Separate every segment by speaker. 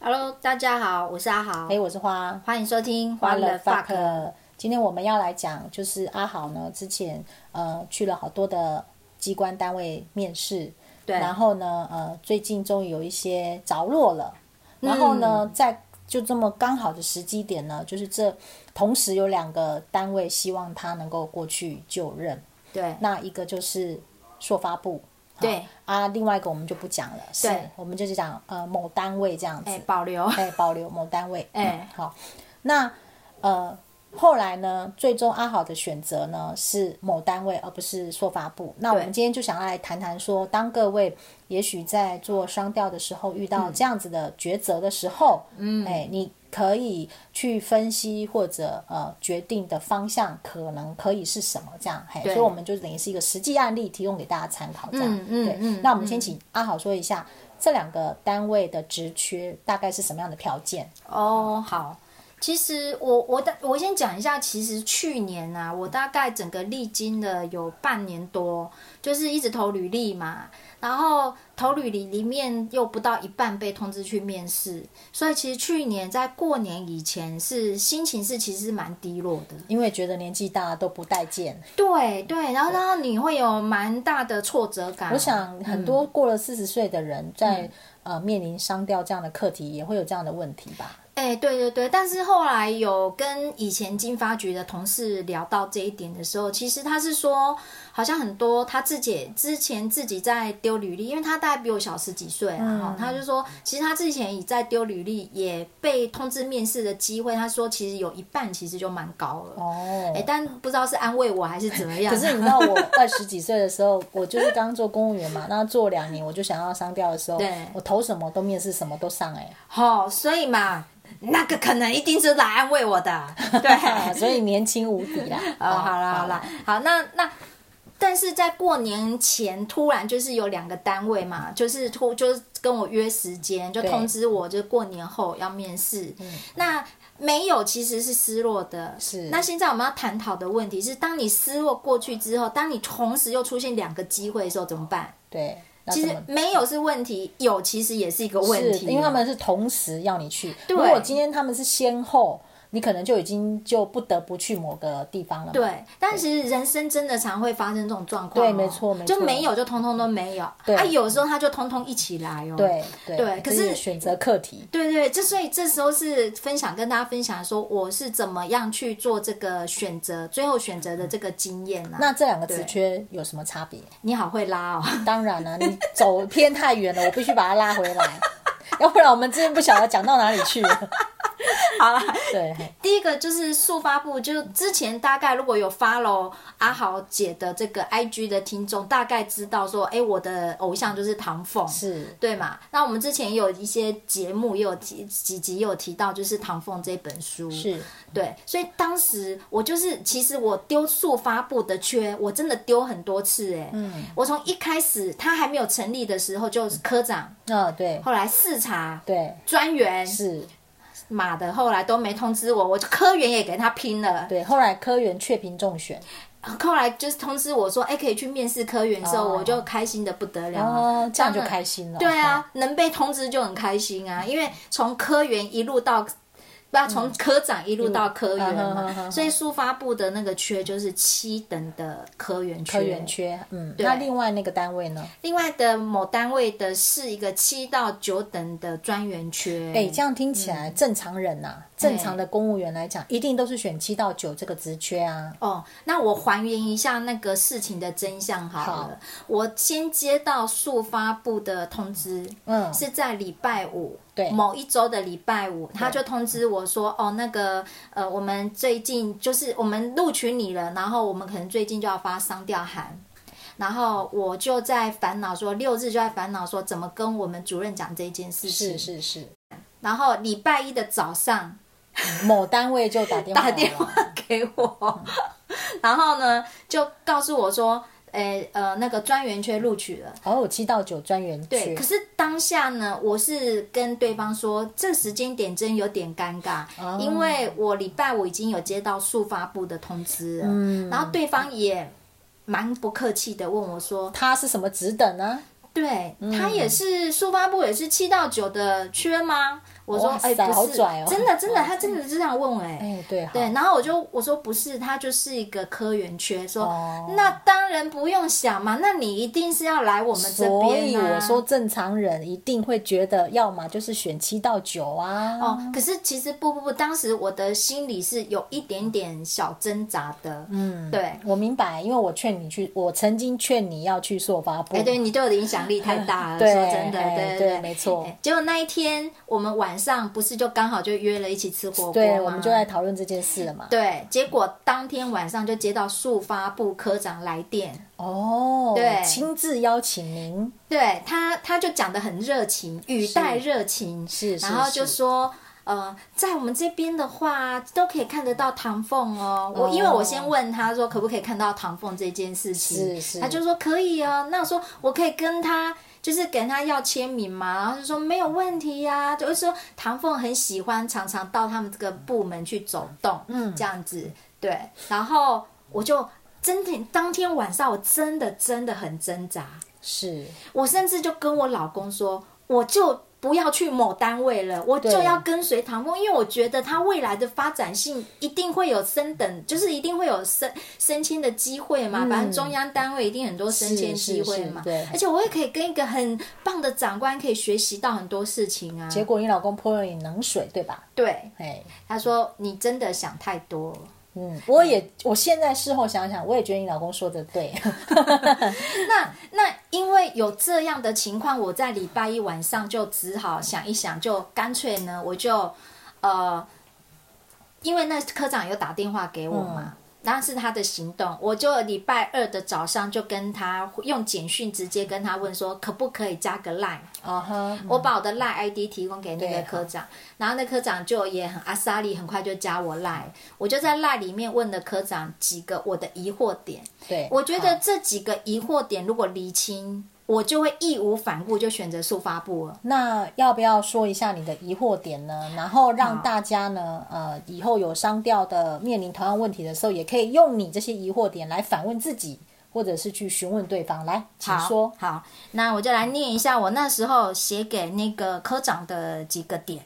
Speaker 1: Hello，大家好，我是阿豪，
Speaker 2: 哎、我是花
Speaker 1: 欢迎收听《
Speaker 2: 花
Speaker 1: 欢乐
Speaker 2: 了
Speaker 1: fuck》。
Speaker 2: fuck。今天我们要来讲，就是阿豪呢，之前呃去了好多的机关单位面试，
Speaker 1: 对，
Speaker 2: 然后呢，呃，最近终于有一些着落了，
Speaker 1: 嗯
Speaker 2: 然后呢，在就这么刚好的时机点呢，就是这同时有两个单位希望他能够过去就任，
Speaker 1: 对，
Speaker 2: 那一个就是硕发部。
Speaker 1: 对
Speaker 2: 啊，另外一个我们就不讲了，是
Speaker 1: 对
Speaker 2: 我们就是讲呃某单位这样子，
Speaker 1: 哎，保留，
Speaker 2: 哎、保留某单位。
Speaker 1: 哎
Speaker 2: 嗯好，那呃，后来呢，最终阿好的选择呢是某单位，而不是说法部。那我
Speaker 1: 对
Speaker 2: 们今天就想要来谈谈说，当各位也许在做商调的时候遇
Speaker 1: 嗯
Speaker 2: 到这样子的抉择的时候，嗯，哎、你。可以去分析或者呃决定的方向可能可以是什么这样，嘿，
Speaker 1: 对
Speaker 2: 所以我们就等于是一个实际案例提供给大家参考这样，
Speaker 1: 嗯嗯
Speaker 2: 对，
Speaker 1: 嗯
Speaker 2: 那我们先请阿好说一下这两个单位的职缺大概是什么样的条件？
Speaker 1: 哦，好。其实我我的我先讲一下，其实去年啊，我大概整个历经了有半年多，就是一直投履历嘛，然后投履历里面又不到一半被通知去面试，所以其实去年在过年以前是心情是其实蛮低落的，
Speaker 2: 因为觉得年纪大都不待见，
Speaker 1: 对对，然后然后你会有蛮大的挫折感。
Speaker 2: 我想
Speaker 1: 嗯
Speaker 2: 很多过了四十岁的人在、呃面临商调这样的课题，也会有这样的问题吧？
Speaker 1: 哎、对对对，但是后来有跟以前经发局的同事聊到这一点的时候，其实他是说，好像很多他自己之前自己在丢履历，因为他大概比我小十几岁
Speaker 2: 嗯
Speaker 1: 啊，哈他就说，其实他之前也在丢履历，也被通知面试的机会，他说其实有一半其实就蛮高了，
Speaker 2: 哦
Speaker 1: 哎、但不知道是安慰我还是怎么样。
Speaker 2: 可是你知道，我二十几岁的时候，我就是刚做公务员嘛，那做两年我就想要商调的时候
Speaker 1: 对，
Speaker 2: 我投什么都面试，什么都上哎、。
Speaker 1: 好、所以嘛，那个可能一定是来安慰我的， 对
Speaker 2: 所以年轻无敌啦！
Speaker 1: 哦，好啦好啦，好那那。但是在过年前，突然就是有两个单位嘛，就是突就是跟我约时间，就
Speaker 2: 对嗯
Speaker 1: 通知我，就是过年后要面试。那没有其实是失落的，
Speaker 2: 是
Speaker 1: 那现在我们要探讨的问题是，当你失落过去之后，当你同时又出现两个机会的时候，怎么办？
Speaker 2: 对，那
Speaker 1: 其
Speaker 2: 怎
Speaker 1: 实
Speaker 2: 么
Speaker 1: 没有是问题，有其实也是一个问
Speaker 2: 是
Speaker 1: 题，哦
Speaker 2: 因为他们是同时要你去。
Speaker 1: 对
Speaker 2: 如果今天他们是先后，你可能就已经就不得不去某个地方了嘛。
Speaker 1: 对，但其实人生真的常会发生这种状况哦、
Speaker 2: 对没错没错
Speaker 1: 就没有就通通都没有，
Speaker 2: 对
Speaker 1: 啊，有时候他就通通一起来哦，
Speaker 2: 对对
Speaker 1: 对可
Speaker 2: 这
Speaker 1: 是
Speaker 2: 个选择课题。
Speaker 1: 对对，这所以这时候是分享跟大家分享说我是怎么样去做这个选择，最后选择的这个经验啊。
Speaker 2: 那这两个
Speaker 1: 对
Speaker 2: 职缺有什么差别？
Speaker 1: 你好会拉哦，
Speaker 2: 当然了、你走偏太远了，我必须把它拉回来，要不然我们之前不晓得讲到哪里去了。
Speaker 1: 好啦，
Speaker 2: 对，
Speaker 1: 第一个就是速发布，就之前大概如果有 follow 阿豪姐的这个 IG 的听众，大概知道说，哎，我的偶像就是唐凤，
Speaker 2: 是
Speaker 1: 对嘛？那我们之前也有一些节目，也有几几集也有提到，就是唐凤这本书，
Speaker 2: 是，
Speaker 1: 对，所以当时我就是，其实我丢速发布的缺，我真的丢很多次、哎，嗯，我从一开始他还没有成立的时候，就是科长，
Speaker 2: 啊、对
Speaker 1: 后来视察。
Speaker 2: 嗯对
Speaker 1: 专员
Speaker 2: 是，
Speaker 1: 马的后来都没通知我，我科员也给他拼了。
Speaker 2: 对。后来科员确评中选，
Speaker 1: 后来就是通知我说，哎、可以去面试科员的时候，
Speaker 2: 哦
Speaker 1: 我就开心的不得了啊。
Speaker 2: 哦，这样就
Speaker 1: 当然
Speaker 2: 开心了。
Speaker 1: 对啊，能被通知就很开心啊，因为从科员一路到，不要从科长一路到科员
Speaker 2: 嗯嗯嗯
Speaker 1: 嘛，
Speaker 2: 嗯
Speaker 1: 所以速发部的那个缺就是七等的科员缺。
Speaker 2: 科员缺，嗯，那另外那个单位呢？
Speaker 1: 另外的某单位的是一个七到九等的专员缺。
Speaker 2: 哎、这样听起来，
Speaker 1: 嗯
Speaker 2: 正常人呐、正常的公务员来讲，一定都是选七到九这个职缺啊。
Speaker 1: 哦，那我还原一下那个事情的真相好了。
Speaker 2: 好
Speaker 1: 我先接到速发部的通知，
Speaker 2: 嗯，
Speaker 1: 是在礼拜五，
Speaker 2: 对
Speaker 1: 某一周的礼拜五，他就通知我说，哦，那个呃，我们最近就是我们录取你了，然后我们可能最近就要发商调函。然后我就在烦恼说，六日就在烦恼说怎么跟我们主任讲这件事情。
Speaker 2: 是是是，
Speaker 1: 然后礼拜一的早上，
Speaker 2: 嗯某单位就打电话
Speaker 1: 打
Speaker 2: 来了
Speaker 1: 电话给我，
Speaker 2: 嗯
Speaker 1: 然后呢就告诉我说，诶呃那个专员缺录取了。
Speaker 2: 哦，七到九专员
Speaker 1: 对，
Speaker 2: 缺
Speaker 1: 可，是当下呢，我是跟对方说，这时间点真有点尴尬，
Speaker 2: 哦
Speaker 1: 因为我礼拜五已经有接到速发部的通知了，
Speaker 2: 嗯
Speaker 1: 然后对方也蛮不客气的问我说，
Speaker 2: 他是什么职等呢、嗯
Speaker 1: 对、他也是速发部也是七到九的缺吗？我说
Speaker 2: 哇
Speaker 1: 哎、
Speaker 2: 塞好
Speaker 1: 不是，
Speaker 2: 拽哦
Speaker 1: 真的真的，他真的是这样问我哎、
Speaker 2: 哎，对，好
Speaker 1: 对，然后我就我说不是，它就是一个科员缺，说、
Speaker 2: 哦
Speaker 1: 那当然不用想嘛，那你一定是要来我们这
Speaker 2: 所以
Speaker 1: 边、啊、
Speaker 2: 我说正常人一定会觉得，要么就是选七到九啊，
Speaker 1: 哦，可是其实不不不，当时我的心里是有一点点小挣扎的，嗯，对，哎、
Speaker 2: 我明白，因为我劝你去，我曾经劝你要去硕发部，
Speaker 1: 哎对你对我的影响力太大了，说
Speaker 2: 对
Speaker 1: 真的，
Speaker 2: 哎
Speaker 1: 对
Speaker 2: 对
Speaker 1: 对，
Speaker 2: 没错
Speaker 1: 哎结果那一天我们晚上不是就刚好就约了一起吃火锅
Speaker 2: 对，
Speaker 1: 吗
Speaker 2: 我们就在讨论这件事了嘛。
Speaker 1: 啊对，结果当天晚上就接到速发部科长来电，
Speaker 2: 哦，
Speaker 1: 对
Speaker 2: 亲自邀请您，
Speaker 1: 对他他就讲的很热情，语带热情，
Speaker 2: 是是
Speaker 1: 然后就是说。呃，在我们这边的话，都可以看得到唐凤哦。我、
Speaker 2: 哦
Speaker 1: 因为我先问他说可不可以看到唐凤这件事情，
Speaker 2: 是是
Speaker 1: 他就说可以哦。那我说我可以跟他就是给他要签名嘛，然后就说没有问题呀、就是说唐凤很喜欢常常到他们这个部门去走动，嗯，这样子对。然后我就真的当天晚上我真的真的很挣扎，
Speaker 2: 是
Speaker 1: 我甚至就跟我老公说，我就不要去某单位了，我就
Speaker 2: 对
Speaker 1: 要跟随唐凤，因为我觉得他未来的发展性一定会有升等，就是一定会有升升迁的机会嘛。反正中央单位一定很多升迁
Speaker 2: 嗯是
Speaker 1: 机会
Speaker 2: 是
Speaker 1: 嘛哎
Speaker 2: 对，
Speaker 1: 而且我也可以跟一个很棒的长官可以学习到很多事情啊。
Speaker 2: 结果你老公泼了你冷水，对吧？
Speaker 1: 对，
Speaker 2: 哎，
Speaker 1: 他说你真的想太多了。
Speaker 2: 嗯，我也，我现在事后想想，我也觉得你老公说的 对，
Speaker 1: 那那因为有这样的情况，我在礼拜一晚上就只好想一想，就干脆呢，我就呃，因为那科长有打电话给我嘛。然后是他的行动，我就礼拜二的早上就跟他用简讯直接跟他问说，可不可以加个 line？
Speaker 2: 啊哈，
Speaker 1: 我把我的赖 ID 提供给那
Speaker 2: 对
Speaker 1: 个科长，然后那科长就也很阿莎丽，很快就加我赖，我就在赖里面问了科长几个我的疑惑点，
Speaker 2: 对，
Speaker 1: 我觉
Speaker 2: 好
Speaker 1: 得这几个疑惑点如果厘清，我就会义无反顾就选择速发布了。
Speaker 2: 那要不要说一下你的疑惑点呢？然后让大家呢，呃，以后有商调的面临同样问题的时候，也可以用你这些疑惑点来反问自己，或者是去询问对方。来，请
Speaker 1: 好
Speaker 2: 说。
Speaker 1: 好，那我就来念一下我那时候写给那个科长的几个点。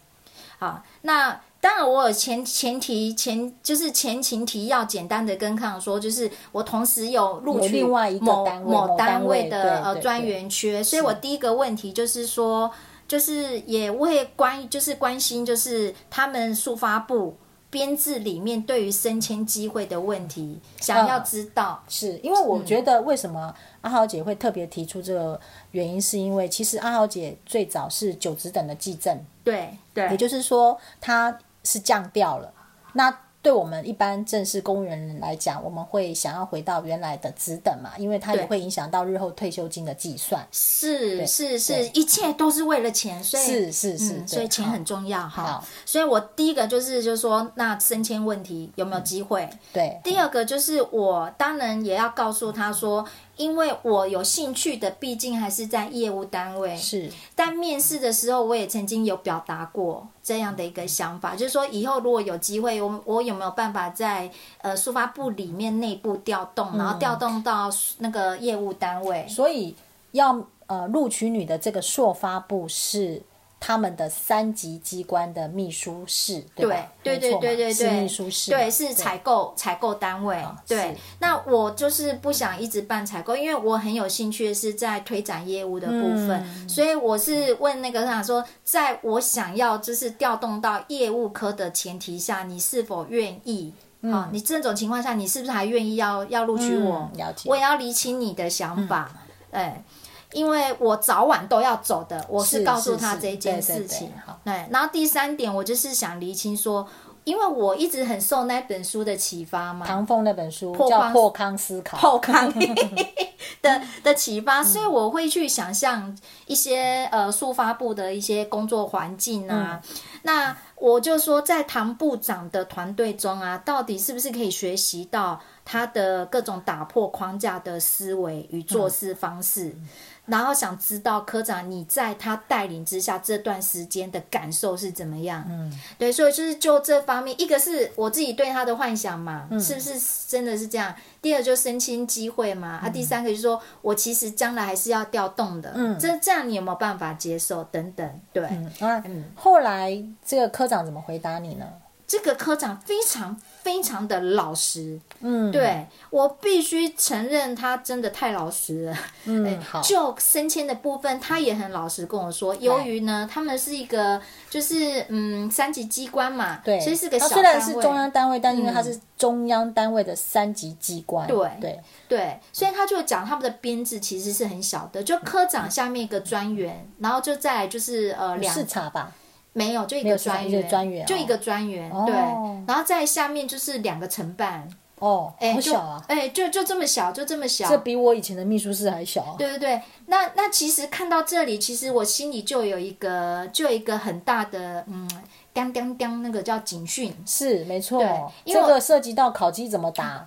Speaker 1: 好，那当然我有前前提前就是前情提要，简单的跟康说，就是我同时有录
Speaker 2: 有
Speaker 1: 取
Speaker 2: 另外一个
Speaker 1: 某
Speaker 2: 单位某
Speaker 1: 某
Speaker 2: 单位
Speaker 1: 位
Speaker 2: 对
Speaker 1: 的呃
Speaker 2: 对
Speaker 1: 专
Speaker 2: 对
Speaker 1: 员缺，所以我第一个问题就是说，就是也会关就是关心就是他们速发部。编制里面对于升迁机会的问题，想要
Speaker 2: 嗯
Speaker 1: 知道，
Speaker 2: 是因为我觉得为什
Speaker 1: 嗯
Speaker 2: 么阿豪姐会特别提出这个原因，是因为其实阿豪姐最早是九职等的技正，
Speaker 1: 对对，
Speaker 2: 也就是说它是降调了。那对我们一般正式公务员来讲，我们会想要回到原来的职等嘛，因为它也
Speaker 1: 对
Speaker 2: 会影响到日后退休金的计算。
Speaker 1: 是是是
Speaker 2: 对，
Speaker 1: 一切都是为了钱，所以
Speaker 2: 是是是，
Speaker 1: 嗯，所以
Speaker 2: 对
Speaker 1: 钱
Speaker 2: 好
Speaker 1: 很重要哈
Speaker 2: 好。
Speaker 1: 所以我第一个就是就是说，那升迁问题有没有机会？
Speaker 2: 对，
Speaker 1: 第二个就是我当然也要告诉他说，因为我有兴趣的，毕竟还是在业务单位。
Speaker 2: 是
Speaker 1: 但面试的时候，我也曾经有表达过这样的一
Speaker 2: 嗯
Speaker 1: 个想法，就是说以后如果有机会，我我有没有办法在呃速发部里面内部调
Speaker 2: 嗯
Speaker 1: 动，然后调动到那个业务单位？
Speaker 2: 所以要呃录取你的这个硕发部是他们的三级机关的秘书室，对吧？
Speaker 1: 对对
Speaker 2: 没错嘛
Speaker 1: 对对
Speaker 2: 是
Speaker 1: 对，
Speaker 2: 秘书室嘛，哦
Speaker 1: 对，是采购采购单位。对
Speaker 2: 是，
Speaker 1: 那我就是不想一直办采购，因为我很有兴趣的是在推展业务的部分，
Speaker 2: 嗯
Speaker 1: 所以我是问那个他说，在我想要就是调动到业务科的前提下，你是否愿意？
Speaker 2: 嗯
Speaker 1: 啊、你这种情况下，你是不是还愿意要要录取我？
Speaker 2: 嗯了解嗯
Speaker 1: 我也要理清你的想法，哎、因为我早晚都要走的，我
Speaker 2: 是
Speaker 1: 是告诉
Speaker 2: 是
Speaker 1: 他
Speaker 2: 是
Speaker 1: 这件
Speaker 2: 对对
Speaker 1: 事
Speaker 2: 对
Speaker 1: 情。
Speaker 2: 好
Speaker 1: 对，然后第三点，我就是想厘清说，因为我一直很受那本书的启发嘛，
Speaker 2: 唐凤那本书
Speaker 1: 破
Speaker 2: 叫
Speaker 1: 框
Speaker 2: 《破康思考》，
Speaker 1: 后康的的启发，所以我会去想象一些呃速发部的一些工作环境啊。那我就说，在唐部长的团队中啊，到底是不是可以学习到他的各种打破框架的思维与做事方式，然后想知道科长你在他带领之下这段时间的感受是怎么样。嗯，对，所以就是就这方面，一个是我自己对他的幻想嘛，是不是真的是这样？第二就是升迁机会嘛，啊，第三个就是说我其实将来还是要调动的，嗯，这这样你有没有办法接受？等等，对。
Speaker 2: 嗯，那后来这个科长怎么回答你呢？
Speaker 1: 这个科长非常非常的老实，
Speaker 2: 嗯，，
Speaker 1: 对我必须承认，他真的太老哎实了。
Speaker 2: 嗯，好，
Speaker 1: 就升迁的部分，他也很老实跟我说，由于呢，他们是一个就是嗯三级机关嘛，
Speaker 2: 对，
Speaker 1: 其实是个
Speaker 2: 它
Speaker 1: 小
Speaker 2: 虽
Speaker 1: 单
Speaker 2: 然是
Speaker 1: 位嗯
Speaker 2: 中央单位，但因为它是中央单位的三级机关，
Speaker 1: 对
Speaker 2: 对，
Speaker 1: 对，所以他就讲他们的编制其实是很小的，就科长下面一个专员，然后就再来就是呃两
Speaker 2: 视察吧，
Speaker 1: 没有就一
Speaker 2: 没有
Speaker 1: 个
Speaker 2: 市场
Speaker 1: 专
Speaker 2: 一个
Speaker 1: 员，
Speaker 2: 专员
Speaker 1: 就
Speaker 2: 哦
Speaker 1: 一个专员，
Speaker 2: 哦
Speaker 1: 对，然后再下面就是两个承办，
Speaker 2: 哦，
Speaker 1: 哎、
Speaker 2: 好
Speaker 1: 就
Speaker 2: 小啊，
Speaker 1: 哎、就就这么小，就这么小，
Speaker 2: 这比我以前的秘书室还小啊，
Speaker 1: 对对对，那那其实看到这里，其实我心里就有一个，就有一个很大的，嗯，当当当，那个叫警讯。
Speaker 2: 是没错
Speaker 1: 对，因
Speaker 2: 这
Speaker 1: 为我哎
Speaker 2: 个涉及到考绩怎么打，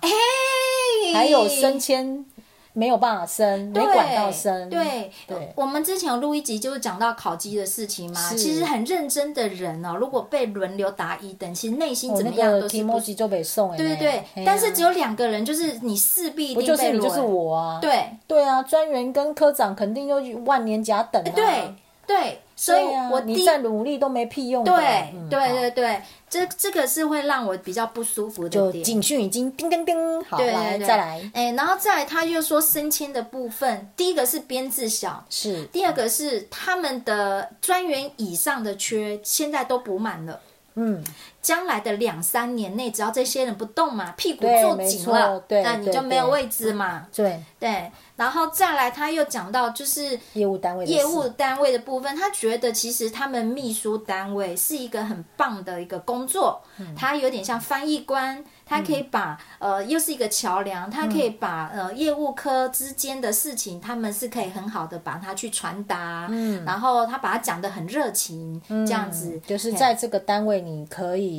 Speaker 2: 还有升迁没有办法升，没
Speaker 1: 对，
Speaker 2: 管到升，
Speaker 1: 对，
Speaker 2: 对
Speaker 1: 我们之前有录一集就是讲到考鸡的事情嘛。
Speaker 2: 是
Speaker 1: 其实很认真的人哦，如果被轮流打一等，其实内心
Speaker 2: 哦，
Speaker 1: 怎么
Speaker 2: 那
Speaker 1: 样
Speaker 2: 个
Speaker 1: 都
Speaker 2: 提
Speaker 1: 是
Speaker 2: 莫
Speaker 1: 不舒服。
Speaker 2: 西就被送哎，
Speaker 1: 对对
Speaker 2: 嘿
Speaker 1: 对，
Speaker 2: 啊
Speaker 1: 但是只有两个人，就是你势必一
Speaker 2: 不
Speaker 1: 定
Speaker 2: 就是
Speaker 1: 被
Speaker 2: 你
Speaker 1: 轮。
Speaker 2: 就是我啊，
Speaker 1: 对哎
Speaker 2: 对啊，专员跟科长肯定就万年甲等啊，
Speaker 1: 对对，所以
Speaker 2: 对啊
Speaker 1: 我第
Speaker 2: 你
Speaker 1: 一
Speaker 2: 再努力都没屁用的，
Speaker 1: 对
Speaker 2: 嗯
Speaker 1: 对
Speaker 2: 好
Speaker 1: 对对，这这个是会让我比较不舒服的
Speaker 2: 就
Speaker 1: 点。
Speaker 2: 警讯已经叮叮叮，好，
Speaker 1: 对
Speaker 2: 来
Speaker 1: 对对
Speaker 2: 再来，
Speaker 1: 哎、然后再来，他又说升迁的部分，第一个是编制小，
Speaker 2: 是
Speaker 1: 第二个是他们的专员以上的缺现在都补满了，
Speaker 2: 嗯，
Speaker 1: 将来的两三年内，只要这些人不动嘛，屁股
Speaker 2: 对
Speaker 1: 坐
Speaker 2: 没
Speaker 1: 紧
Speaker 2: 错
Speaker 1: 了，
Speaker 2: 对
Speaker 1: 那
Speaker 2: 对
Speaker 1: 你就没有
Speaker 2: 对
Speaker 1: 位置嘛。
Speaker 2: 对，
Speaker 1: 对，然后再来，他又讲到就是
Speaker 2: 业务单位的
Speaker 1: 业
Speaker 2: 事
Speaker 1: 务单位的部分，他觉得其实他们秘书单位是一个很棒的一个工作，
Speaker 2: 嗯
Speaker 1: 他有点像翻译官，他可以把、呃又是一个桥梁，他可以把、
Speaker 2: 嗯
Speaker 1: 呃业务科之间的事情，他们是可以很好的把它去传达，嗯、然后他把它讲得很热情，这样子
Speaker 2: 嗯就是
Speaker 1: 嘿
Speaker 2: 在这个单位你可以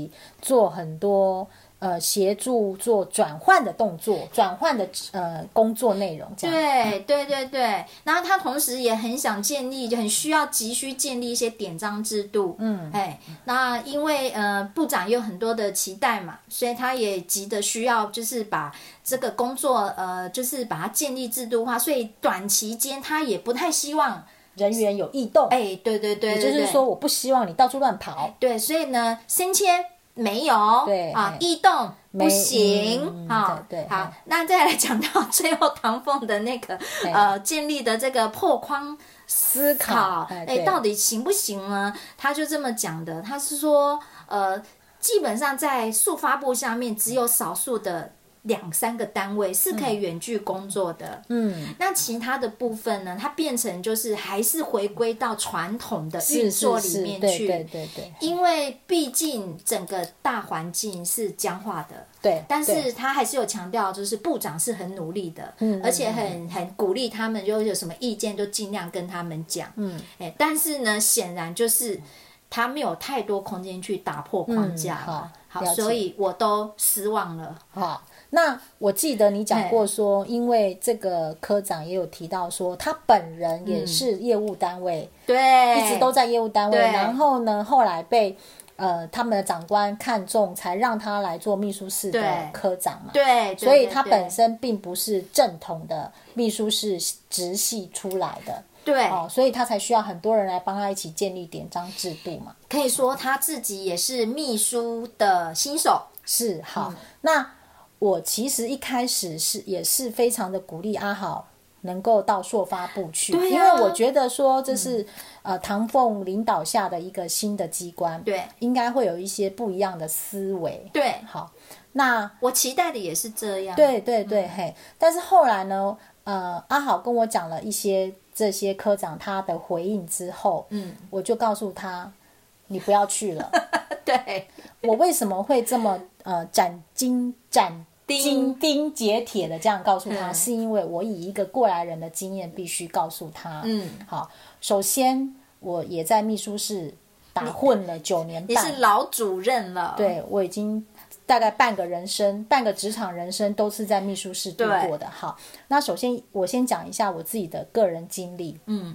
Speaker 2: 做很多呃协助做转换的动作，转换的呃工作内容这样。
Speaker 1: 对对对对，然后他同时也很想建立，就很需要急需建立一些典章制度。嗯，哎，那因为呃部长也有很多的期待嘛，所以他也急的需要就是把这个工作呃就是把它建立制度化，所以短期间他也不太希望，
Speaker 2: 人员有异动，
Speaker 1: 哎，对对对，
Speaker 2: 也
Speaker 1: 对
Speaker 2: 就
Speaker 1: 对
Speaker 2: 是说我不希望你到处乱跑。
Speaker 1: 对，所以呢，升迁没有，
Speaker 2: 对
Speaker 1: 啊
Speaker 2: 哎，
Speaker 1: 异动
Speaker 2: 没
Speaker 1: 不行
Speaker 2: 嗯，
Speaker 1: 好，
Speaker 2: 对对
Speaker 1: 好
Speaker 2: 哎，
Speaker 1: 那再来讲到 最后唐凤的那个
Speaker 2: 哎
Speaker 1: 呃建立的这个破框思
Speaker 2: 考哎
Speaker 1: 哎
Speaker 2: 对，
Speaker 1: 到底行不行呢？他就这么讲的，他是说呃，基本上在速发部下面只有少数的。两三个单位是可以远距工作的，
Speaker 2: 嗯，
Speaker 1: 那其他的部分呢？它变成就是还是回归到传统的运
Speaker 2: 是
Speaker 1: 作
Speaker 2: 是
Speaker 1: 里
Speaker 2: 是，对
Speaker 1: 面去，
Speaker 2: 对对对
Speaker 1: 因为毕竟整个大环境是僵化的，
Speaker 2: 对。
Speaker 1: 但
Speaker 2: 对
Speaker 1: 是他还是有强调，就是部长是很努力的，
Speaker 2: 嗯
Speaker 1: 而且很很鼓励他们，就有什么意见就尽量跟他们讲，
Speaker 2: 嗯，
Speaker 1: 哎，但是呢，显然就是他没有太多空间去打破框架
Speaker 2: 嗯好
Speaker 1: 了，好
Speaker 2: 了解
Speaker 1: 所以我都失望了，
Speaker 2: 好，哦那我记得你讲过说，
Speaker 1: 哎
Speaker 2: 因为这个科长也有提到说，他本人也是业务单位，
Speaker 1: 对，
Speaker 2: 一直都在业务单位，
Speaker 1: 对
Speaker 2: 然后呢，后来被呃他们的长官看中，才让他来做秘书室的
Speaker 1: 对
Speaker 2: 科长嘛。
Speaker 1: 对，对
Speaker 2: 所以他
Speaker 1: 对
Speaker 2: 本身并不是正统的秘书室直系出来的，
Speaker 1: 对
Speaker 2: 哦，所以他才需要很多人来帮他一起建立典章制度嘛。
Speaker 1: 可以说他自己也是秘书的新手，
Speaker 2: 是好，
Speaker 1: 嗯
Speaker 2: 那我其实一开始是也是非常的鼓励阿豪能够到硕发部去，
Speaker 1: 对啊嗯
Speaker 2: 因为我觉得说这是、呃唐凤领导下的一个新的机关，
Speaker 1: 对
Speaker 2: 应该会有一些不一样的思维。
Speaker 1: 对
Speaker 2: 好，那
Speaker 1: 我期待的也是这样，
Speaker 2: 对 对
Speaker 1: 嗯
Speaker 2: 对、嘿，但是后来呢，呃，阿豪跟我讲了一些这些科长他的回应之后，
Speaker 1: 嗯，
Speaker 2: 我就告诉他，你不要去了。
Speaker 1: 对。
Speaker 2: 我为什么会这么呃斩钉斩
Speaker 1: 钉
Speaker 2: 钉钉截铁的这样告诉他，
Speaker 1: 嗯
Speaker 2: 是因为我以一个过来人的经验必须告诉他，
Speaker 1: 嗯，
Speaker 2: 好，首先我也在秘书室打混了九年
Speaker 1: 你
Speaker 2: 半
Speaker 1: 是，老主任了，
Speaker 2: 对我已经。大概半个人生、半个职场人生都是在秘书室度
Speaker 1: 对
Speaker 2: 过的。好，那首先我先讲一下我自己的个人经历，
Speaker 1: 嗯，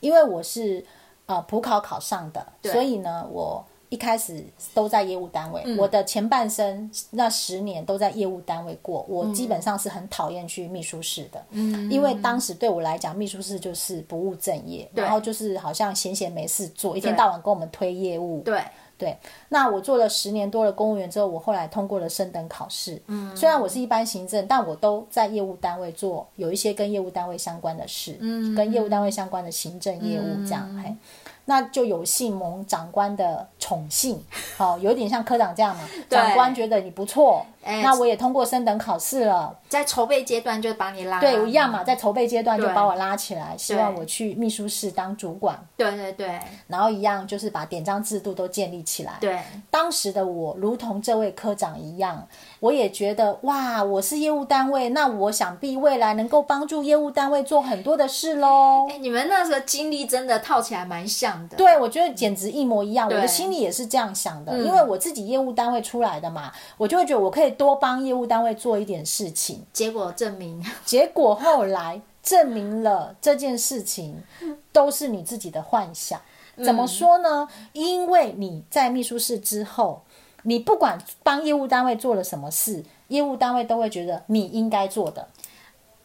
Speaker 2: 因为我是呃普考考上的，
Speaker 1: 对
Speaker 2: 所以呢，我一开始都在业务单
Speaker 1: 嗯
Speaker 2: 位，我的前半生那十年都在业务单位过，
Speaker 1: 嗯
Speaker 2: 我基本上是很讨厌去秘书室的，嗯，因为当时对我来讲，秘书室就是不务正业，
Speaker 1: 对
Speaker 2: 然后就是好像闲闲没事做，一天
Speaker 1: 对
Speaker 2: 到晚跟我们推业务，
Speaker 1: 对，
Speaker 2: 对，那我做了十年多的公务员之后，我后来通过了升等考试。嗯，虽然我是一般行政，但我都在业务单位做有一些跟业务单位相关的事，嗯，跟业务单位相关的行政业务这样。嘿，那就有幸蒙长官的宠幸，好、有点像科长这样 嘛。长官觉得你不错，
Speaker 1: 哎
Speaker 2: 那我也通过升等考试了，
Speaker 1: 在筹备阶段就把你拉
Speaker 2: 对，一样嘛，在筹备阶段就
Speaker 1: 对
Speaker 2: 把我拉起来，希望
Speaker 1: 对
Speaker 2: 我去秘书室当主管，
Speaker 1: 对对对
Speaker 2: 然后一样就是把典章制度都建立起来。
Speaker 1: 对
Speaker 2: 当时的我，如同这位科长一样，我也觉得哇，我是业务单位，那我想必未来能够帮助业务单位做很多的事喽
Speaker 1: 哎、。你们那时候经历真的套起来蛮像的，
Speaker 2: 对，我觉得简直一模一样，我
Speaker 1: 对
Speaker 2: 的心里也是这样想的，因为我自己业务单位出来的嘛，我就会觉得我可以多帮业务单位做一点事情。
Speaker 1: 结果证明
Speaker 2: 结果后来证明了这件事情都是你自己的幻想。怎么说呢？因为你在秘书室之后，你不管帮业务单位做了什么事，业务单位都会觉得你应该做的。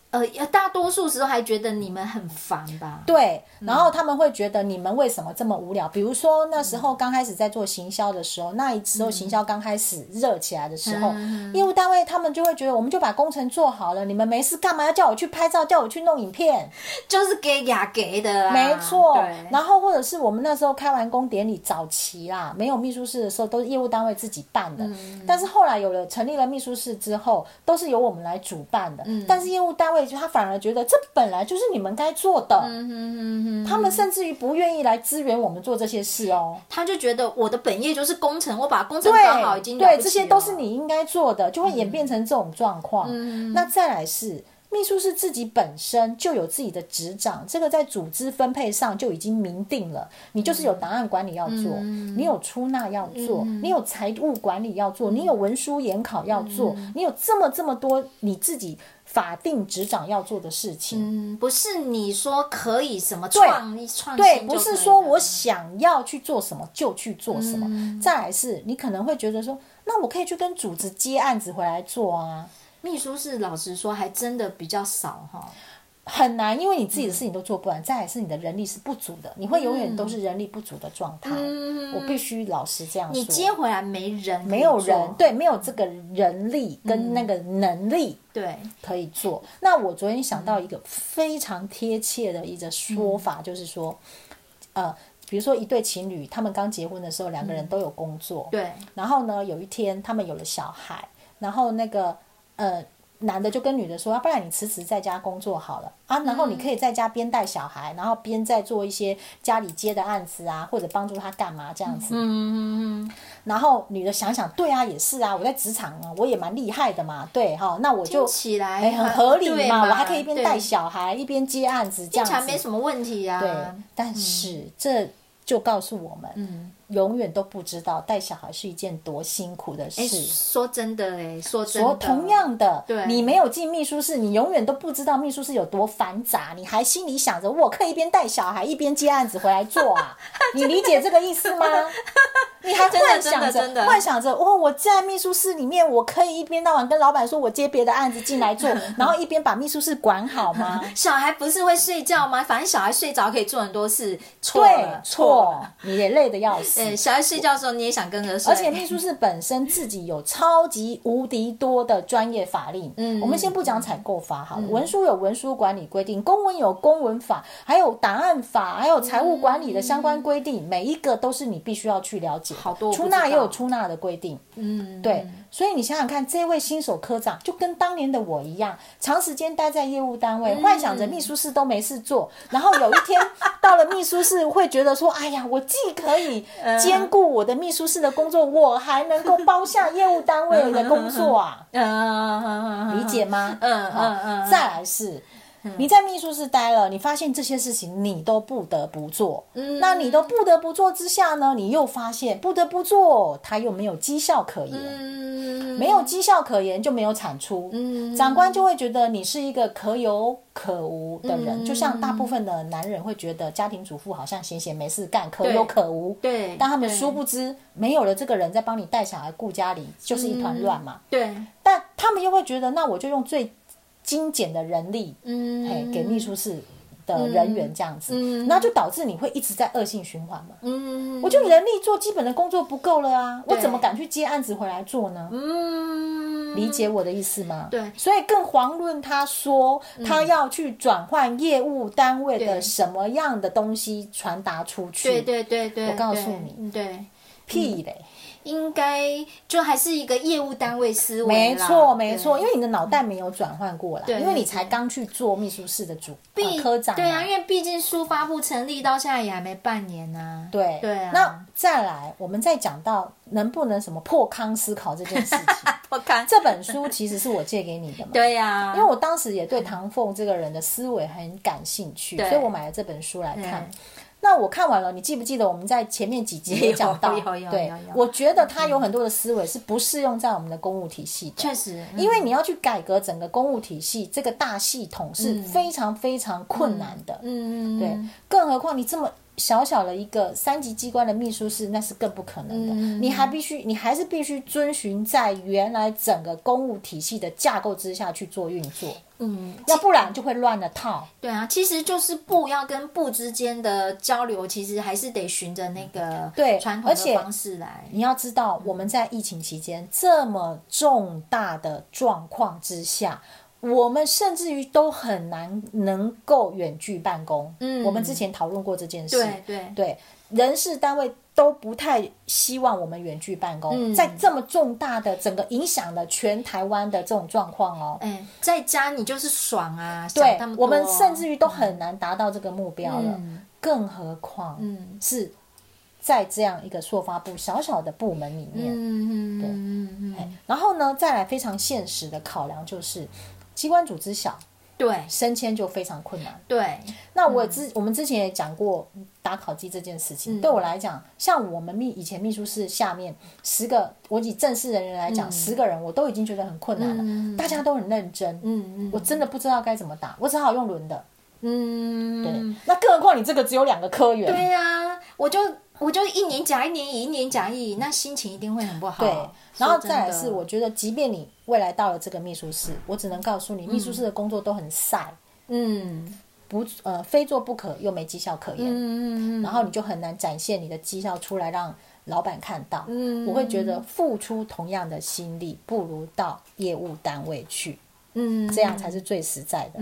Speaker 1: 呃，大多数时候还觉得你们很烦吧？
Speaker 2: 对，然后他们会觉得你们为什么这么无聊？比如说那时候刚开始在做行销的时候，那一时候行销刚开始热起来的时候，业务单位他们就会觉得我们就把工程做好了，你们没事干嘛要叫我去拍照，叫我去弄影片？
Speaker 1: 就是给雅给的啦，
Speaker 2: 没错
Speaker 1: 啊对，
Speaker 2: 然后或者是我们那时候开完工典礼早期啦，没有秘书室的时候都是业务单位自己办的，但是后来有了成立了秘书室之后，都是由我们来主办的。但是业务单位就他反而觉得这本来就是你们该做的，
Speaker 1: 嗯
Speaker 2: 他们甚至于不愿意来支援我们做这些事哦。
Speaker 1: 他就觉得我的本业就是工程，我把工程搞好已
Speaker 2: 对
Speaker 1: 经了
Speaker 2: 对，
Speaker 1: 不起
Speaker 2: 这些
Speaker 1: 了
Speaker 2: 都是你应该做的，就会演变成这种状况。
Speaker 1: 嗯
Speaker 2: 那再来是。秘书是自己本身就有自己的职掌，这个在组织分配上就已经明定了。你就是有档案管理要做，
Speaker 1: 嗯
Speaker 2: 你有出纳要做，你有财务管理要做，你有文书研考要做，
Speaker 1: 嗯
Speaker 2: 你有这么这么多你自己法定职掌要做的事情。
Speaker 1: 嗯，不是你说可以什么
Speaker 2: 对
Speaker 1: 创意创
Speaker 2: 对，
Speaker 1: 新就
Speaker 2: 不是
Speaker 1: 可以啊
Speaker 2: 说
Speaker 1: 的
Speaker 2: 我想要去做什么就去做什么。
Speaker 1: 嗯
Speaker 2: 再来是你可能会觉得说，那我可以去跟组织接案子回来做啊，
Speaker 1: 秘书室老实说还真的比较少哈，
Speaker 2: 很难，因为你自己的事情都做
Speaker 1: 嗯
Speaker 2: 不完。再来是你的人力是不足的，你会永远都是人力不足的状态。我必须老实这样
Speaker 1: 嗯
Speaker 2: 说，
Speaker 1: 你接回来没人可以做，嗯
Speaker 2: 没有人对，没有这个人力跟那个能力。
Speaker 1: 对，
Speaker 2: 可以做。那我昨天想到一个非常贴切的一个说法，就是说，呃，比如说一对情侣，他们刚结婚的时候，两个人都有工作，
Speaker 1: 对
Speaker 2: 然后呢，有一天他们有了小孩，然后那个呃。男的就跟女的说，啊、不然你辞职在家工作好了啊，
Speaker 1: 嗯
Speaker 2: 然后你可以在家边带小孩，然后边在做一些家里接的案子啊，或者帮助他干嘛这样子。
Speaker 1: 嗯，
Speaker 2: 然后女的想想，对啊，也是啊，我在职场啊，我也蛮厉害的嘛，对哈、那我就
Speaker 1: 听起来
Speaker 2: 哎、很合理
Speaker 1: 对
Speaker 2: 嘛，
Speaker 1: 嘛，
Speaker 2: 我还可以一边带
Speaker 1: 对
Speaker 2: 小孩一边接案子，这
Speaker 1: 听
Speaker 2: 样
Speaker 1: 起来没
Speaker 2: 子。
Speaker 1: 什么问题啊，
Speaker 2: 对，但是、这就告诉我们，
Speaker 1: 嗯
Speaker 2: 永远都不知道带小孩是一件多辛苦的
Speaker 1: 哎，
Speaker 2: 事。
Speaker 1: 说真的哎，说真
Speaker 2: 所
Speaker 1: 的，
Speaker 2: 同样的
Speaker 1: 对，
Speaker 2: 你没有进秘书室，你永远都不知道秘书室有多繁杂，你还心里想着我可以一边带小孩一边接案子回来 做啊，你理解这个意思吗？你还
Speaker 1: 真的
Speaker 2: 幻
Speaker 1: 真的
Speaker 2: 想
Speaker 1: 真的
Speaker 2: 着幻想着哦，我在秘书室里面，我可以一边到晚跟老板说我接别的案子进 来做，然后一边把秘书室管好吗？
Speaker 1: 小孩不是会睡觉吗？反正小孩睡着可以做很多事， 错
Speaker 2: 对
Speaker 1: 了，错
Speaker 2: 错
Speaker 1: 了。，
Speaker 2: 你也累得要死。
Speaker 1: 对，小孩睡觉的时候你也想跟着睡，
Speaker 2: 而且秘书室本身自己有超级无敌多的专业法令，
Speaker 1: 嗯
Speaker 2: 我们先不讲采购法好了，文书有文书管理规定，公文有公文法，还有档案法，还有财务管理的相关规定，每一个都是你必须要去了解
Speaker 1: 嗯
Speaker 2: 的。
Speaker 1: 好多我不
Speaker 2: 出
Speaker 1: 知道
Speaker 2: 纳也有出纳的规定，
Speaker 1: 嗯，
Speaker 2: 对，所以你想想看，这位新手科长就跟当年的我一样，长时间待在业务单
Speaker 1: 嗯
Speaker 2: 位，幻想着秘书室都没事做，然后有一天到了秘书室，会觉得说，哎呀，我既可以
Speaker 1: 嗯
Speaker 2: 兼顾我的秘书室的工作，我还能够包下业务单位的工作啊，
Speaker 1: 嗯，嗯嗯嗯嗯
Speaker 2: 理解吗？
Speaker 1: 嗯嗯
Speaker 2: 好
Speaker 1: 嗯嗯
Speaker 2: 再来是。你在秘书室待了，你发现这些事情你都不得不做，嗯，那你都不得不做之下呢，你又发现不得不做，它又没有绩效可言，
Speaker 1: 嗯，
Speaker 2: 没有绩效可言就没有产出，嗯，长官就会觉得你是一个可有可无的
Speaker 1: 嗯
Speaker 2: 人，就像大部分的男人会觉得家庭主妇好像闲闲没事干，可有可无，
Speaker 1: 对，
Speaker 2: 但他们
Speaker 1: 对
Speaker 2: 殊不知没有了这个人在帮你带小孩、顾家里，就是一团乱嘛。
Speaker 1: 对，
Speaker 2: 但他们又会觉得，那我就用最精简的人力，
Speaker 1: 嗯，
Speaker 2: 嘿，哎给秘书室的人员这样子，
Speaker 1: 嗯
Speaker 2: 那就导致你会一直在恶性循环嘛。
Speaker 1: 嗯，
Speaker 2: 我就人力做基本的工作不够了啊，我怎么敢去接案子回来做呢？
Speaker 1: 嗯，
Speaker 2: 理解我的意思吗？
Speaker 1: 对嗯
Speaker 2: 所以更遑论他说他要去转换业务单位的
Speaker 1: 对
Speaker 2: 什么样的东西传达出
Speaker 1: 对
Speaker 2: 去，
Speaker 1: 嗯对对对，
Speaker 2: 我告诉
Speaker 1: 对
Speaker 2: 你，
Speaker 1: 嗯对，
Speaker 2: 屁嘞！
Speaker 1: 应该就还是一个业务单位思维
Speaker 2: 没
Speaker 1: 啦
Speaker 2: 错，没
Speaker 1: 对
Speaker 2: 错，因为你的脑袋没有转换过来，
Speaker 1: 对
Speaker 2: 因为你才刚去做秘书室的主、呃、
Speaker 1: 毕
Speaker 2: 科长嘛、
Speaker 1: 对啊，因为毕竟书发布成立到现在也还没半年呢、
Speaker 2: 对
Speaker 1: 对啊
Speaker 2: 那再来，我们再讲到能不能什么破康思考这件 事情。
Speaker 1: 我看
Speaker 2: 这本书其实是我借给你的嘛，
Speaker 1: 对啊呀、
Speaker 2: 因为我当时也对唐凤这个人的思维很感兴趣，
Speaker 1: 对
Speaker 2: 所以我买了这本书来看
Speaker 1: 嗯。
Speaker 2: 那我看完了，你记不记得我们在前面几集也讲到
Speaker 1: 有有有有？
Speaker 2: 对
Speaker 1: 有，嗯
Speaker 2: 我觉得他有很多的思维是不适用在我们的公务体系的。
Speaker 1: 确实，嗯
Speaker 2: 因为你要去改革整个公务体系这个大系统是非常非常困难的，
Speaker 1: 嗯
Speaker 2: 对，更何况你这么小小的一个三级机关的秘书室，那是更不可能的。
Speaker 1: 嗯
Speaker 2: 你还必须，你还是必须遵循在原来整个公务体系的架构之下去做运作，
Speaker 1: 嗯，
Speaker 2: 要不然就会乱了套。
Speaker 1: 对啊，其实就是部要跟部之间的交流，其实还是得循着那个
Speaker 2: 对
Speaker 1: 传统
Speaker 2: 而且
Speaker 1: 的方式来。
Speaker 2: 你要知道，我们在疫情期间这么重大的状况之下，我们甚至于都很难能够远距办公。
Speaker 1: 嗯
Speaker 2: 我们之前讨论过这件事，
Speaker 1: 对对
Speaker 2: 对人事单位都不太希望我们远距办公。
Speaker 1: 嗯
Speaker 2: 在这么重大的整个影响了全台湾的这种状况哦，
Speaker 1: 哎，在家你就是爽啊，想
Speaker 2: 对
Speaker 1: 那么多
Speaker 2: 我们甚至于都很难达到这个目标了，
Speaker 1: 嗯
Speaker 2: 更何况
Speaker 1: 嗯
Speaker 2: 是在这样一个硕发部小小的部门里面。
Speaker 1: 嗯嗯嗯
Speaker 2: 哎
Speaker 1: 嗯，
Speaker 2: 然后呢，再来非常现实的考量就是，机关组织小，
Speaker 1: 对
Speaker 2: 升迁就非常困难。
Speaker 1: 对，
Speaker 2: 那我之、我们之前也讲过打考绩这件事情，
Speaker 1: 嗯
Speaker 2: 对我来讲，像我们秘以前秘书室下面十个，我以正式人员来讲，十、个人我都已经觉得很困难了，
Speaker 1: 嗯
Speaker 2: 大家都很认真，
Speaker 1: 嗯嗯
Speaker 2: 我真的不知道该怎么打，我只好用轮的。
Speaker 1: 嗯
Speaker 2: 对，那更何况你这个只有两个科员，
Speaker 1: 对呀、我就我就一年甲一年乙，一年甲乙，那心情一定会很不好。
Speaker 2: 对，然后
Speaker 1: 哦说真的
Speaker 2: 再来是，我觉得即便你未来到了这个秘书室，我只能告诉你，秘书室的工作都很晒，
Speaker 1: 嗯
Speaker 2: 不呃非做不可，又没绩效可言，
Speaker 1: 嗯嗯
Speaker 2: 然后你就很难展现你的绩效出来让老板看到。
Speaker 1: 嗯
Speaker 2: 我会觉得付出同样的心力，不如到业务单位去，
Speaker 1: 嗯
Speaker 2: 这样才是最实在的。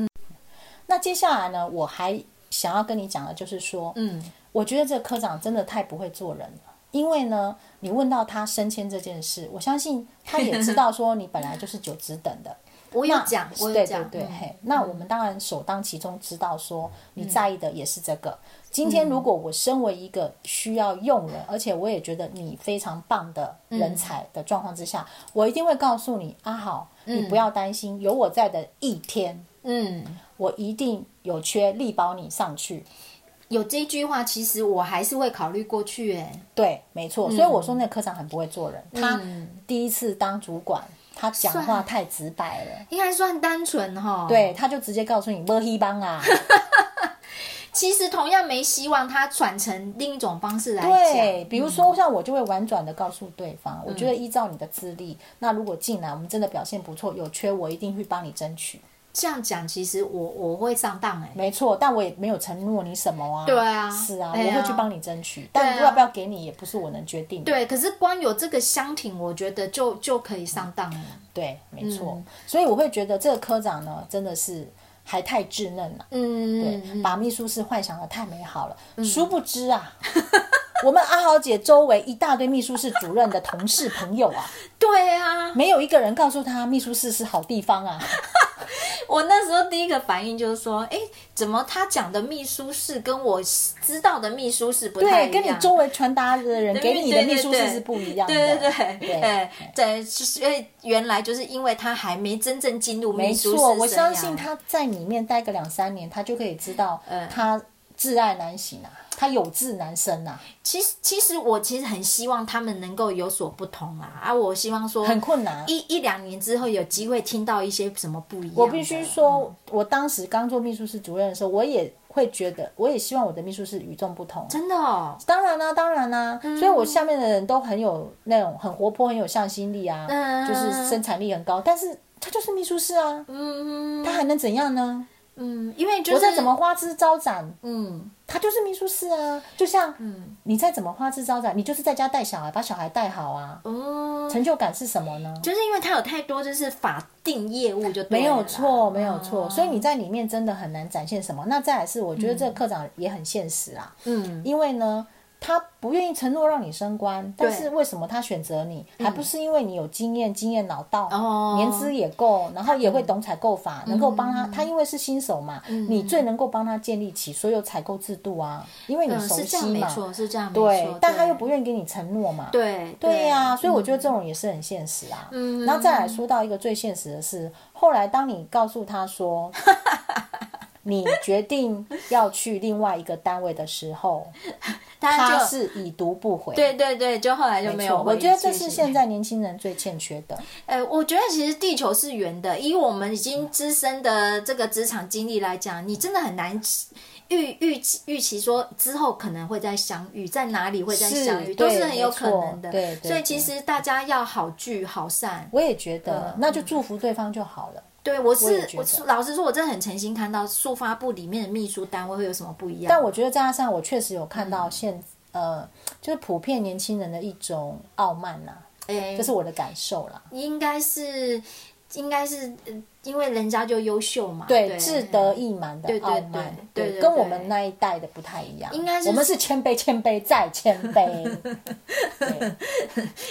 Speaker 2: 那接下来呢，我还想要跟你讲的就是说，
Speaker 1: 嗯
Speaker 2: 我觉得这个科长真的太不会做人了。因为呢，你问到他升迁这件事，我相信他也知道说你本来就是九职等的，
Speaker 1: 我有讲，我有
Speaker 2: 对对
Speaker 1: 讲，
Speaker 2: 对，
Speaker 1: 嗯
Speaker 2: 嘿，那我们当然首当其冲知道说你在意的也是这个。今
Speaker 1: 嗯
Speaker 2: 天如果我身为一个需要用人，而且我也觉得你非常棒的
Speaker 1: 嗯
Speaker 2: 人才的状况之下，我一定会告诉你，阿、豪，你不要担心，有我在的一天，
Speaker 1: 嗯，
Speaker 2: 我一定有缺力保你上去。
Speaker 1: 有这句话，其实我还是会考虑过去、哎，
Speaker 2: 对，没错，所以我
Speaker 1: 嗯
Speaker 2: 说那个科长很不会做人，他第一次当主管，他讲话太直白了。
Speaker 1: 应该算单纯哈。，
Speaker 2: 对，他就直接告诉你没希 望啊，
Speaker 1: 其实同样没希望，他转成另一种方式来
Speaker 2: 对，
Speaker 1: 讲。嗯
Speaker 2: 比如说像我就会婉转的告诉对方，我觉得依照你的资历，那如果进来我们真的表现不错，有缺我一定会帮你争取。
Speaker 1: 这样讲，其实我我会上当哎、
Speaker 2: 没错，但我也没有承诺你什么啊。
Speaker 1: 对啊
Speaker 2: 是啊，
Speaker 1: 哎
Speaker 2: 我
Speaker 1: 呀
Speaker 2: 会去帮你争取，
Speaker 1: 啊
Speaker 2: 但要不要给你也不是我能决定的。
Speaker 1: 对，可是光有这个香挺，我觉得就就可以上当了。
Speaker 2: 对，没错。
Speaker 1: 嗯
Speaker 2: 所以我会觉得这个科长呢，真的是还太稚嫩了，
Speaker 1: 嗯，
Speaker 2: 对，把秘书室幻想的太美好了，殊不知啊。 我们阿豪姐周围一大堆秘书室主任的同事朋友啊，
Speaker 1: 对啊，
Speaker 2: 没有一个人告诉她秘书室是好地方啊。
Speaker 1: 我我那时候第一个反应就是说，哎，怎么他讲的秘书室跟我知道的秘书室不太
Speaker 2: 对，
Speaker 1: 一样？
Speaker 2: 跟你周围传达的人
Speaker 1: 对
Speaker 2: 给你的
Speaker 1: 对对
Speaker 2: 秘书室
Speaker 1: 对
Speaker 2: 是不一样的。
Speaker 1: 对对对
Speaker 2: 对
Speaker 1: 对对，就是因为原来就是因为他还没真正进入秘
Speaker 2: 没
Speaker 1: 书室
Speaker 2: 错，我
Speaker 1: 生
Speaker 2: 相
Speaker 1: 涯
Speaker 2: 信他在里面待个两三年，他就可以知道
Speaker 1: 嗯
Speaker 2: 他挚爱难行啊，他有志难伸啊呐、
Speaker 1: 其实，其实我其实很希望他们能够有所不同啦。啊，我希望说
Speaker 2: 很困难。
Speaker 1: 一一两年之后有机会听到一些什么不一样的。
Speaker 2: 我必须说，我当时刚做秘书室主任的时候，我也会觉得，我也希望我的秘书室与众不同啊。
Speaker 1: 真的哦，
Speaker 2: 当然啦、当然啦、所以我下面的人都很有那种很活泼、很有向心力啊，
Speaker 1: 嗯
Speaker 2: 就是生产力很高。但是他就是秘书室啊，
Speaker 1: 嗯
Speaker 2: 他还能怎样呢？
Speaker 1: 嗯，因为就是
Speaker 2: 我再怎么花枝招展，
Speaker 1: 嗯
Speaker 2: 他就是秘书室啊。就像
Speaker 1: 嗯
Speaker 2: 你再怎么花枝招展，你就是在家带小孩，把小孩带好啊。
Speaker 1: 哦，
Speaker 2: 成就感是什么呢？
Speaker 1: 就是因为他有太多就是法定业务就对
Speaker 2: 没有
Speaker 1: 了啦嗯
Speaker 2: 错，没有错。所以你在里面真的很难展现什么。那再来是，我觉得这个科长也很现实啊。
Speaker 1: 嗯
Speaker 2: 因为呢，他不愿意承诺让你升官，
Speaker 1: 对嗯
Speaker 2: 但是为什么他选择你，还不是因为你有经验、经验老道，
Speaker 1: 哦嗯
Speaker 2: 年资也够，然后也会懂采购法，能够帮他。他因为是新手嘛，你最能够帮他建立起所有采购制度啊，因为你
Speaker 1: 嗯
Speaker 2: 熟
Speaker 1: 是这样
Speaker 2: 悉
Speaker 1: 没
Speaker 2: 嘛。
Speaker 1: 错是这样没
Speaker 2: 对
Speaker 1: 错，，
Speaker 2: 但他又不愿意给你承诺嘛。
Speaker 1: 对啊
Speaker 2: 对啊呀、所以我觉得这种也是很现实啊。
Speaker 1: 嗯
Speaker 2: 然后再来说到一个最现实的是，后来当你告诉 他说，你决定要去另外一个单位的时 候，
Speaker 1: 他
Speaker 2: 他
Speaker 1: 就是
Speaker 2: 已读不回。
Speaker 1: 对对对，就后来就没有
Speaker 2: 错
Speaker 1: 回
Speaker 2: 我
Speaker 1: 应。
Speaker 2: 觉得这
Speaker 1: 谢
Speaker 2: 是
Speaker 1: 谢
Speaker 2: 现在年轻人最欠缺的。
Speaker 1: 呃，我觉得其实地球是圆的，以我们已经资深的这个职场经历来讲，你真的很难预预期预期说之后可能会再相遇，在哪里会再
Speaker 2: 是
Speaker 1: 相遇，
Speaker 2: 对
Speaker 1: 都是很有
Speaker 2: 没
Speaker 1: 可
Speaker 2: 错
Speaker 1: 能的。
Speaker 2: 对对
Speaker 1: 所以
Speaker 2: 对
Speaker 1: 其实大家要好聚好散。
Speaker 2: 我也觉得，那就祝福对方就好了。
Speaker 1: 嗯对我
Speaker 2: 我也
Speaker 1: 是
Speaker 2: 觉
Speaker 1: 我
Speaker 2: 得
Speaker 1: 是老实说，我真的很诚心看到速发部里面的秘书单位会有什么不一样。
Speaker 2: 但我觉得在他身上，我确实有看
Speaker 1: 嗯
Speaker 2: 到现、呃，就是普遍年轻人的一种傲慢呐、
Speaker 1: 诶
Speaker 2: 这是我的感受啦。
Speaker 1: 应该是应该是呃因为人家就优秀嘛，嗯
Speaker 2: 对，志得意满的
Speaker 1: 对对
Speaker 2: 傲慢，
Speaker 1: 对对对
Speaker 2: 跟
Speaker 1: 对
Speaker 2: 我们那一代的不太一样。
Speaker 1: 应该是
Speaker 2: 我们是谦卑，谦卑再谦 卑。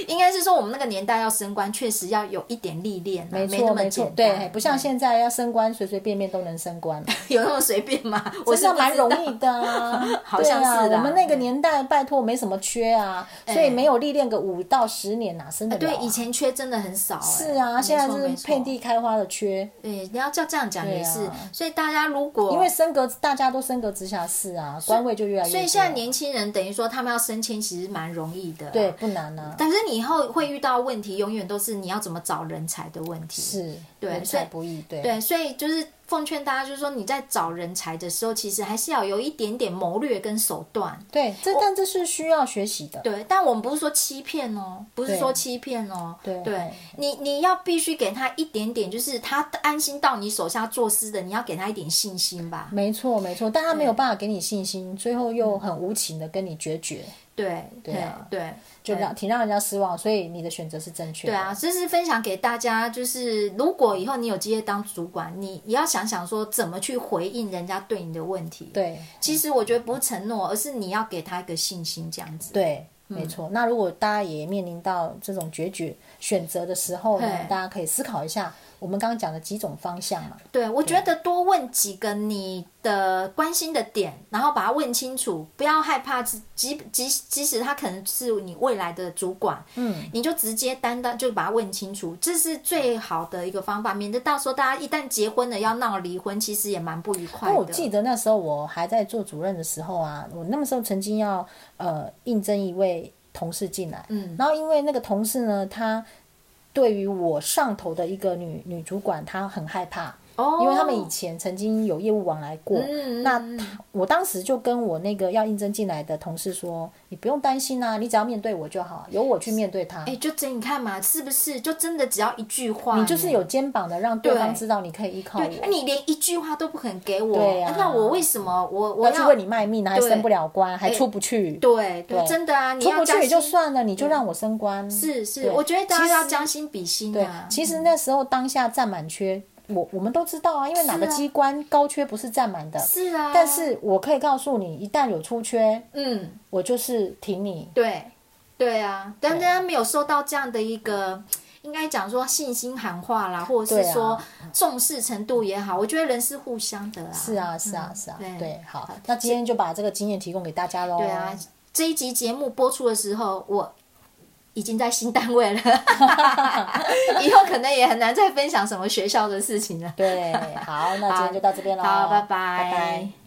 Speaker 1: 应该是说我们那个年代要升官，确实要有一点历练啊，
Speaker 2: 没
Speaker 1: 那
Speaker 2: 错，
Speaker 1: 么
Speaker 2: 没错
Speaker 1: 简，单，嗯
Speaker 2: 对，不像现在要升官，随随便便都能升官，
Speaker 1: 有那么随便 吗？我
Speaker 2: 我
Speaker 1: 是
Speaker 2: 是
Speaker 1: 不知道
Speaker 2: 蛮容易的啊。
Speaker 1: 好像是啊
Speaker 2: 对啊，我们那个年代，拜托没什么缺啊，所以没有历练个五到十年哪生得了
Speaker 1: 对
Speaker 2: 啊？
Speaker 1: 以前缺真的很少、哎
Speaker 2: 是啊，现在
Speaker 1: 没
Speaker 2: 是
Speaker 1: 错
Speaker 2: 遍。地开花的
Speaker 1: 没错
Speaker 2: 缺，
Speaker 1: 对，你要照这样讲也是，
Speaker 2: 对啊
Speaker 1: 所以大家如果
Speaker 2: 因为升格大家都升格直辖市啊，官位就越来越多。
Speaker 1: 所以现在年轻人等于说他们要升迁其实蛮容易的、
Speaker 2: 对。不难啊，
Speaker 1: 但是你以后会遇到问题，永远都是你要怎么找人才的问题。
Speaker 2: 是
Speaker 1: 对
Speaker 2: 人
Speaker 1: 所以
Speaker 2: 才不易，对。
Speaker 1: 对，所以就是奉劝大家，就是说你在找人才的时候，其实还是要有一点点谋略跟手段。
Speaker 2: 对，这但这是需要学习的。
Speaker 1: 对，但我们不是说欺骗哦，不是说欺骗哦，
Speaker 2: 对
Speaker 1: 你你要必须给他一点点，就是他安心到你手下做事的，你要给他一点信心吧。
Speaker 2: 没错，没错，但他没有办法给你信心，最后又很无情的跟你决绝，
Speaker 1: 嗯对
Speaker 2: 对啊
Speaker 1: 对对
Speaker 2: 就让挺让人家失望。所以你的选择是正确的。
Speaker 1: 对啊，这是分享给大家，就是如果以后你有机会当主管，你也要想想说怎么去回应人家对你的问题。，
Speaker 2: 对
Speaker 1: 其实我觉得不是承诺，而是你要给他一个信心，这样子。
Speaker 2: 对
Speaker 1: 嗯
Speaker 2: 没错。那如果大家也面临到这种决绝选择的时候呢
Speaker 1: 嘿，
Speaker 2: 大家可以思考一下我们刚刚讲的几种方向嘛。
Speaker 1: 对，我觉得多问几个你的关心的点，然后把它问清楚，不要害怕，即即即即使他可能是你未来的主管，
Speaker 2: 嗯，
Speaker 1: 你就直接担当，就把它问清楚，这是最好的一个方法，免得到时候大家一旦结婚了要闹离婚，其实也蛮不愉快
Speaker 2: 那
Speaker 1: 的。
Speaker 2: 哦我记得那时候我还在做主任的时候啊，我那么时候曾经要呃应征一位同事进来，
Speaker 1: 嗯
Speaker 2: 然后因为那个同事呢，他对于我上头的一个女女主管，她很害怕，
Speaker 1: 哦，
Speaker 2: 因为他们以前曾经有业务往来过。
Speaker 1: 嗯
Speaker 2: 那
Speaker 1: 嗯
Speaker 2: 他我当时就跟我那个要应征进来的同事说：“你不用担心啊，你只要面对我就好，由我去面对他。
Speaker 1: 哎、就真你看嘛，是不是就真的只要一句话呢，
Speaker 2: 你就是有肩膀的，让对
Speaker 1: 对
Speaker 2: 方知道你可以依靠我。
Speaker 1: 对，哎你连一句话都不肯给我，
Speaker 2: 对啊
Speaker 1: 哎那我为什么我我
Speaker 2: 要去
Speaker 1: 要
Speaker 2: 为你卖命啊，还
Speaker 1: 对哎
Speaker 2: 升不了官，还出不去。
Speaker 1: 对
Speaker 2: 对
Speaker 1: 对，真的啊，你
Speaker 2: 出
Speaker 1: 要
Speaker 2: 不去
Speaker 1: 加
Speaker 2: 也就
Speaker 1: 薪
Speaker 2: 算了，你就让我升官。
Speaker 1: 是是
Speaker 2: 对，
Speaker 1: 我觉得大
Speaker 2: 其实
Speaker 1: 家要将心比心
Speaker 2: 对
Speaker 1: 啊，。
Speaker 2: 其实那时候当下占满缺，我我们都知道啊，因为哪个
Speaker 1: 是啊
Speaker 2: 机关高缺不是占满的。
Speaker 1: 是啊，
Speaker 2: 但是我可以告诉你，一旦有出缺，
Speaker 1: 嗯，
Speaker 2: 我就是挺你。
Speaker 1: 对对啊，但大家没有受到这样的一个。应该讲说信心喊话啦，或者
Speaker 2: 对
Speaker 1: 是
Speaker 2: 啊
Speaker 1: 说重视程度也好，我觉得人是互相的啦。
Speaker 2: 是啊，是啊，是啊，
Speaker 1: 嗯对
Speaker 2: 对，好，那今天就把这个经验提供给大家喽。
Speaker 1: 对啊，这一集节目播出的时候，我已经在新单 位了，以后可能也很难再分享什么学校的事情了。
Speaker 2: 对，好，那今天就到这边 喽，
Speaker 1: 好，拜
Speaker 2: 拜拜。